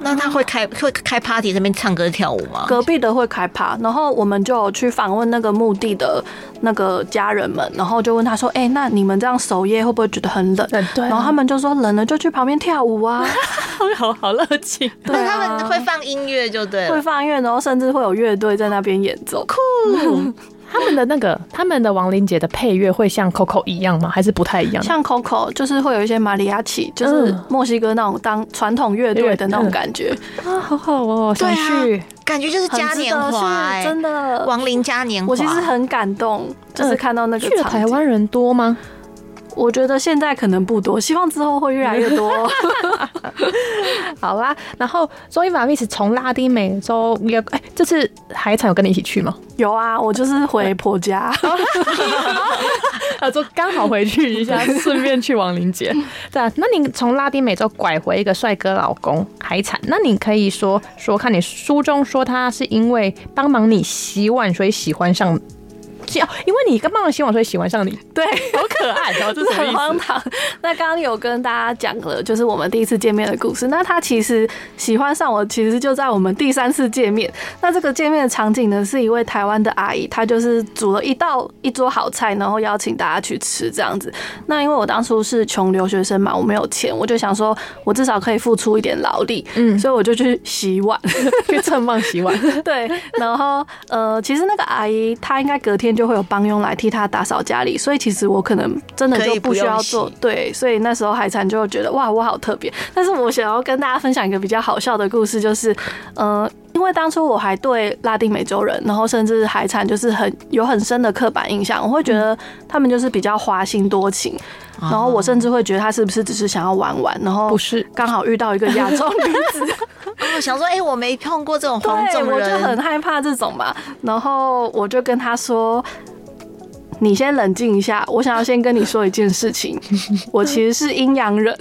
S3: 那他会开会开 party 在那边唱歌跳舞吗？
S4: 隔壁的会开趴，然后我们就有去访问那个墓地的那个家人们，然后就问他说：“哎、那你们这样守夜会不会觉得很冷？”
S5: 嗯，对
S4: 然后他们就说：“冷了就去旁边跳舞啊。 <laughs>
S5: 们好好热情。”
S4: 对
S3: 那
S4: 啊，
S3: 他们会放音乐就对
S4: 会
S3: 了，
S4: 放音乐，然后甚至会有乐队在那边演奏。
S5: 他们的那个他们的亡灵节的配乐会像 Coco 一样吗？还是不太一样？
S4: 像 Coco 就是会有一些马里亚奇，就是
S5: 嗯
S4: 墨西哥那种当传统乐队的那种感觉，
S5: 啊，好好哦，
S3: 对
S5: 想
S3: 啊
S5: 去。
S3: 感觉就是
S4: 很
S3: 嘉
S4: 值
S3: 年
S4: 得
S3: 华、
S4: 是
S3: 哎
S4: 真的。
S3: 亡灵嘉年华。
S4: 我其实很感动，就是看到那个
S5: 去了
S4: 场景
S5: 台，湾人多吗？
S4: 我觉得现在可能不多，希望之后会越来越多。 <laughs>
S5: 好啦，然后 Zoe m a m i s 从拉丁美洲也，哎、这次海产有跟你一起去吗？
S4: 有啊，我就是回婆家， <laughs>
S5: 啊，就刚好回去一下， <laughs> 顺便去亡灵节。对啊，那你从拉丁美洲拐回一个帅哥老公海产，那你可以说说看你书中说他是因为帮忙你洗碗，所以喜欢上。哦，因为你跟帮忙洗碗，所以喜欢上你，
S4: 对。
S5: 好可爱哦！这是什
S4: 很
S5: 么
S4: 荒
S5: 意思？
S4: 唐。 <laughs> 那刚刚有跟大家讲了，就是我们第一次见面的故事。那他其实喜欢上我，其实就在我们第三次见面。那这个见面的场景呢，是一位台湾的阿姨，她就是煮了一道一桌好菜，然后邀请大家去吃这样子。那因为我当初是穷留学生嘛，我没有钱，我就想说，我至少可以付出一点劳力，嗯，所以我就去洗
S5: <laughs>
S4: 碗。
S5: 去蹭棒
S2: <laughs>
S5: 洗碗，
S4: <laughs> 对，然后呃，其实那个阿姨她应该隔天就会有帮佣来替她打扫家里，所以其实我可能真的
S3: 可
S4: 就
S3: 以不
S4: 需要
S3: 用
S4: 做
S3: 洗。
S4: 对，所以那时候海产就觉得哇，我好特别。但是我想要跟大家分享一个比较好笑的故事，就是呃，因为当初我还对拉丁美洲人，然后甚至海产就是很有很深的刻板印象，我会觉得他们就是比较花心多情，然后我甚至会觉得他是不是只是想要玩玩，然后
S2: 不是
S4: 刚好遇到一个亚洲女子，
S3: 我想说，哎、我没碰过这种黄
S4: 对，
S3: 种
S4: 我就很
S3: 人，
S4: 害怕这种嘛。然后我就跟他说：“你先冷静一下，我想要先跟你说一件事情，我其实是阴阳人，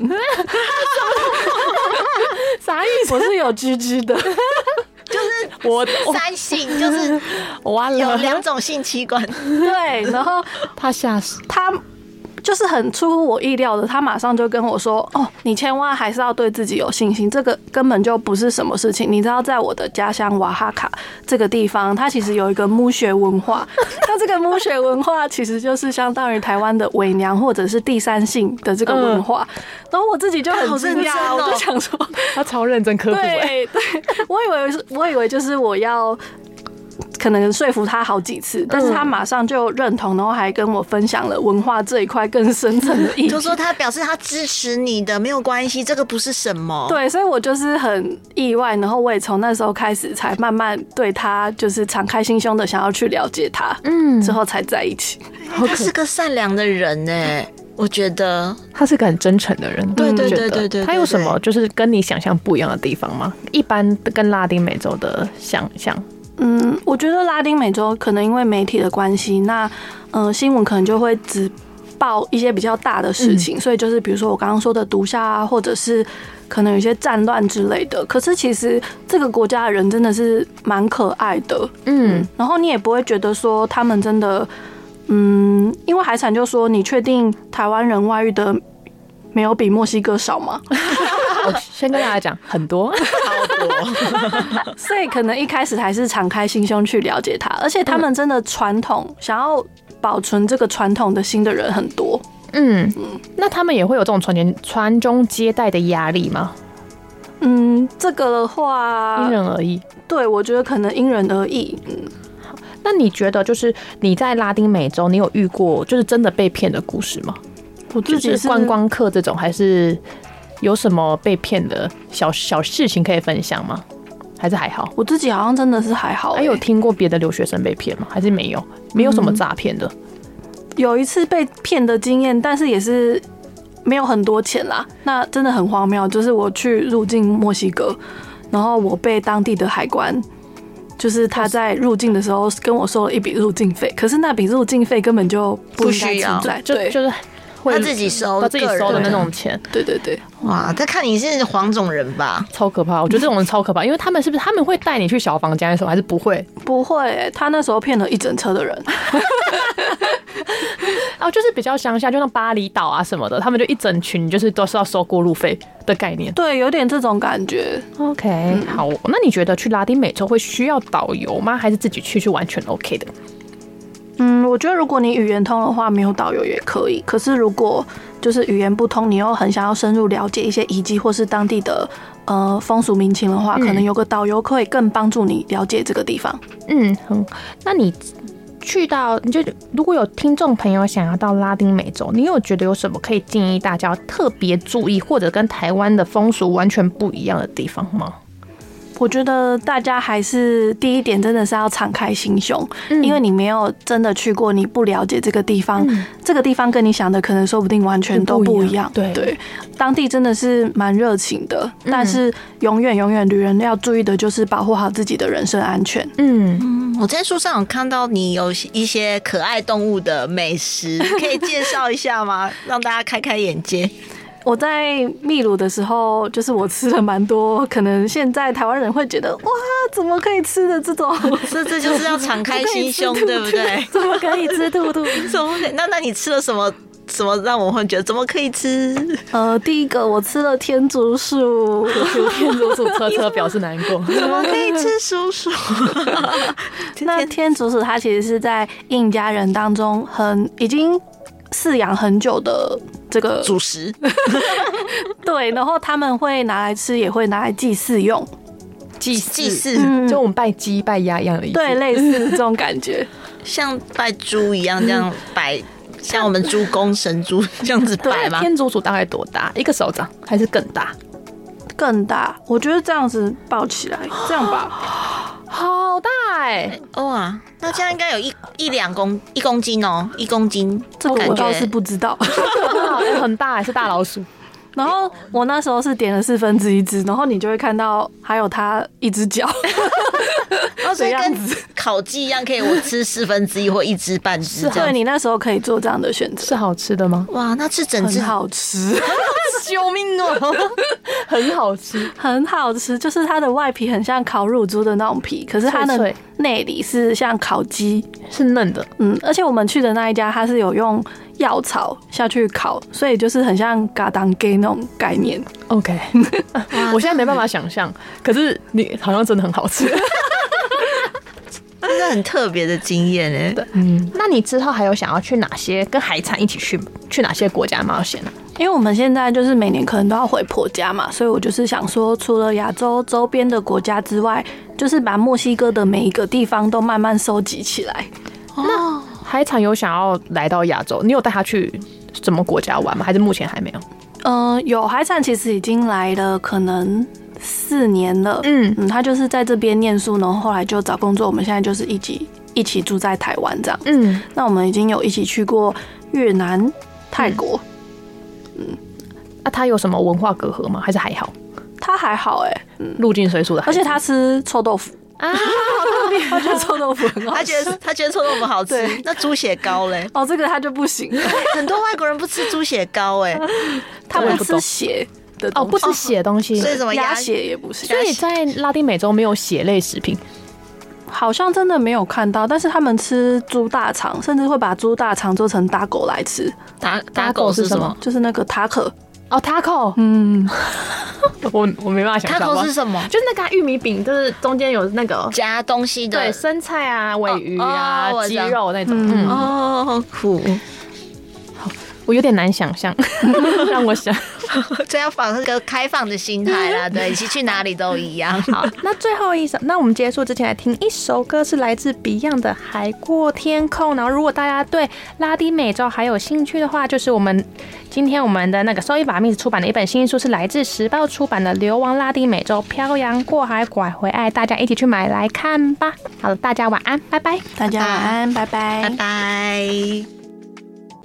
S2: 啥意思？
S4: 我是有居居的。
S3: 就是
S2: 我
S3: 三性，就是
S4: <laughs>
S2: 我完
S3: 有
S2: 了，
S3: 两种性器官。
S4: 对，然后
S2: 他吓死。
S4: 他。”就是很出乎我意料的，他马上就跟我说：“哦，你千万还是要对自己有信心，这个根本就不是什么事情。你知道，在我的家乡瓦哈卡这个地方，它其实有一个木学文化， <laughs> 它这个木学文化其实就是相当于台湾的伪娘或者是第三性的这个文化。然后我自己就
S3: 嗯他好
S4: 很
S3: 认
S4: 惊
S3: 真
S4: 讶，我
S3: 哦
S4: 就想说，
S2: 他超认真科普、欸，
S4: <laughs> 对对，我以为是，我以为就是我要。可能说服他好几次，但是他马上就认同，然后还跟我分享了文化这一块更深层的意
S3: <laughs>
S4: 义。
S3: 就说他表示他支持你的，没有关系，这个不是什么。，
S4: 对，所以我就是很意外，然后我也从那时候开始才慢慢对他就是敞开心胸的想要去了解他，
S2: 嗯
S4: 之后才在一起。
S3: 他是个善良的人呢、我觉得。
S2: 他是个很真诚的人。
S4: 嗯
S3: 对对
S2: 觉得
S3: 对对对，
S2: 他有什么就是跟你想象不一样的地方吗？一般跟拉丁美洲的想 <laughs> 象，
S4: 嗯，我觉得拉丁美洲可能因为媒体的关系，那嗯、呃新闻可能就会只报一些比较大的事情，所以就是比如说我刚刚说的毒枭啊，或者是可能有一些战乱之类的。可是其实这个国家的人真的是蛮可爱的，
S2: 嗯，
S4: 然后你也不会觉得说他们真的，嗯，因为海产就说你确定台湾人外遇的没有比墨西哥少吗？
S2: 我哦先跟大家讲，很多
S4: 所以可能一开始还是敞开心胸去了解他，而且他们真的传统想要保存这个传统的心的人很多。
S2: 嗯，那他们也会有这种传前传宗接代的压力吗？
S4: 嗯，这个的话
S2: 因，人而异。
S4: 对我觉得可能因人而异。嗯，
S2: 那你觉得就是你在拉丁美洲，你有遇过就是真的被骗的故事吗？
S4: 我自己
S2: 就是观光客这种，还是有什么被骗的小小事情可以分享吗？还是还好？
S4: 我自己好像真的是还好、
S2: 还
S4: 欸。
S2: 哎有听过别的留学生被骗吗？还是没有？没有什么诈骗的。
S4: 有一次被骗的经验，但是也是没有很多钱啦。那真的很荒谬，就是我去入境墨西哥，然后我被当地的海关，就是他在入境的时候跟我收了一笔入境费，可是那笔入境费根本就不应该
S3: 不需要
S4: 存在，
S2: 就
S4: 对
S2: 就是会嗯
S3: 他自己收
S2: 他自己收
S3: 个
S2: 的那
S3: 人
S2: 种钱，
S4: 对对对，
S3: 哇，他看你是黄种人吧？
S2: 超可怕。我觉得这种人超可怕，因为他们是不是他们会带你去小房间的时候，还是不会？
S4: 不会欸、他那时候骗了一整车的人，
S2: 哦，就是比较乡下，就像巴厘岛啊什么的，他们就一整群就是都是要收过路费的概念。
S4: 对，有点这种感觉。
S2: OK，、好，那你觉得去拉丁美洲会需要导游吗？还是自己去是完全 OK 的？
S4: 嗯，我觉得如果你语言通的话，没有导游也可以。可是如果就是语言不通，你又很想要深入了解一些遗迹或是当地的呃风俗民情的话，可能有个导游可以更帮助你了解这个地方。
S2: 嗯，很。那你去到，你就如果有听众朋友想要到拉丁美洲，你有觉得有什么可以建议大家特别注意，或者跟台湾的风俗完全不一样的地方吗？
S4: 我觉得大家还是第一点，真的是要敞开心胸，因为你没有真的去过，你不了解这个地方，这个地方跟你想的可能说不定完全都嗯不一样。
S2: 不一样对
S4: 当地真的是蛮热情的，但是永远永远，旅人要注意的就是保护好自己的人身安全。
S2: 嗯，
S3: 我在书上有看到你有一些可爱动物的美食，可以介绍一下吗？ <laughs> 让大家开开眼界。
S4: 我在秘鲁的时候，就是我吃了蛮多，可能现在台湾人会觉得哇，怎么可以吃的这种？
S3: 这这就是要敞 <laughs> 开心胸，对
S2: <laughs>
S3: 不对？
S4: <laughs> 怎么可以吃兔 <laughs> 兔？
S3: 怎么可以？那那你吃了什么？什么让我会觉得怎么可以吃？
S4: 呃，第一个我吃了天竺鼠，
S5: <laughs>
S2: 天竺鼠车车表示难过。
S3: <laughs> 怎么可以吃
S2: <laughs>
S3: 叔叔？
S4: 那天竺鼠它其实是在印加人当中很已经饲养很久的这个
S3: 主食
S4: 对，然后他们会拿来吃，也会拿来祭祀用，
S2: 祭
S3: <laughs> 祭祀，
S4: 嗯，
S2: 就我们拜鸡拜鸭一样的意思。
S4: 对，类似这种
S3: <laughs>
S4: 感觉。
S3: 像拜猪一样这样摆，像我们猪公神猪这样子摆吗？
S2: 天竺鼠大概多大？一个手掌还是更大？
S4: 更大，我觉得这样子抱起来，这样吧，
S5: 大 <laughs> 哎、
S3: 哇，那这样应该有一一两公一公斤哦，一公斤，
S4: 这个我
S3: 感
S4: 倒是
S3: 觉
S4: 不知道。 <laughs>
S5: 可怕哎很大哎、是大老鼠。
S4: 然后我那时候是点了四分之一只，然后你就会看到还有它一只脚 <laughs>
S3: 哦，所
S4: 的
S3: 以
S4: 样
S3: 跟
S4: 子。
S3: 烤鸡一样，可以我吃四分之一或一只半只这
S4: 对
S3: 样。
S4: 你那时候可以做这样的选择，
S5: 是好吃的吗？
S3: 哇，那吃整只
S4: 很，好吃，
S5: 救命哦， <laughs> 很好吃，
S4: 很好吃。就是它的外皮很像烤乳猪的那种皮，可是它的
S5: 脆脆
S4: 内里是像烤鸡。
S5: 是嫩的。
S4: 嗯，而且我们去的那一家，它是有用药草下去烤，所以就是很像嘎当给那种概念。
S5: OK，我现在没办法想象，可是你好像真的很好吃。
S3: 真的很特别的经验哎。
S5: <laughs> 那你之后还有想要去哪些跟海产一起去去哪些国家冒险啊呢、
S4: 因为我们现在就是每年可能都要回婆家嘛，所以我就是想说，除了亚洲周边的国家之外，就是把墨西哥的每一个地方都慢慢收集起来。
S5: 海产有想要来到亚洲，你有带他去什么国家玩吗？还是目前还没有？
S4: 嗯、有海产其实已经来了，可能。四年了，
S5: 嗯
S4: 嗯，他就是在这边念书，然后后来就找工作。我们现在就是一起一起住在台湾这样。
S5: 嗯，
S4: 那我们已经有一起去过越南、泰国，
S5: 那、他有什么文化隔阂吗？还是还好，
S4: 他还好哎、
S5: 入境随俗的海
S4: 而
S5: 产？
S4: 且他吃臭豆腐
S5: 啊，
S4: <laughs> 他觉得臭豆腐很好吃，
S3: 哦他觉得他觉得臭豆腐好吃
S4: 对，，
S3: 那猪血糕嘞
S4: 哦这个他就不行，
S3: 很多外国人不吃猪血糕
S4: <laughs>
S3: 哎，
S4: 他
S5: 我也
S4: 不
S5: 不
S4: 吃
S5: 懂
S4: 血的
S5: 哦，不
S4: 吃
S5: 吃血的东西，
S3: 所以怎么
S4: 鸭
S3: 鸭
S4: 血也不是，
S5: 所以在拉丁美洲没有血类食品。
S4: 好像真的没有看到，但是他们吃猪大肠，甚至会把猪大肠做成打狗来吃，
S3: 打
S5: 打狗是什么？
S4: 就是那个塔可，
S5: 哦，taco，
S4: 嗯，
S5: <laughs> 我我没办法想
S3: 塔
S5: 象。
S3: 口是什么？
S5: 就是那个啊玉米饼，就是中间有那个
S3: 夹东西的
S5: 对生菜啊、尾鱼啊
S3: 哦、我
S5: 鸡
S3: 知道
S5: 肉那种。
S4: 嗯
S5: 嗯，
S3: 哦，好苦，
S5: 我有点难想象， <laughs> 让我想。
S3: 这要保持一个开放的心态啦。对，其实去哪里都一样。好，
S2: <laughs> 那最后一首，那我们结束之前来听一首歌，是来自 Beyond 的《海阔天空》。然后，如果大家对拉丁美洲还有兴趣的话，就是我们今天我们的那个收一把密出版的一本新书，是来自时报出版的《流亡拉丁美洲：漂洋过海拐回爱》，大家一起去买来看吧。好了，大家晚安，拜拜。
S4: 大家晚安，拜
S3: 拜拜。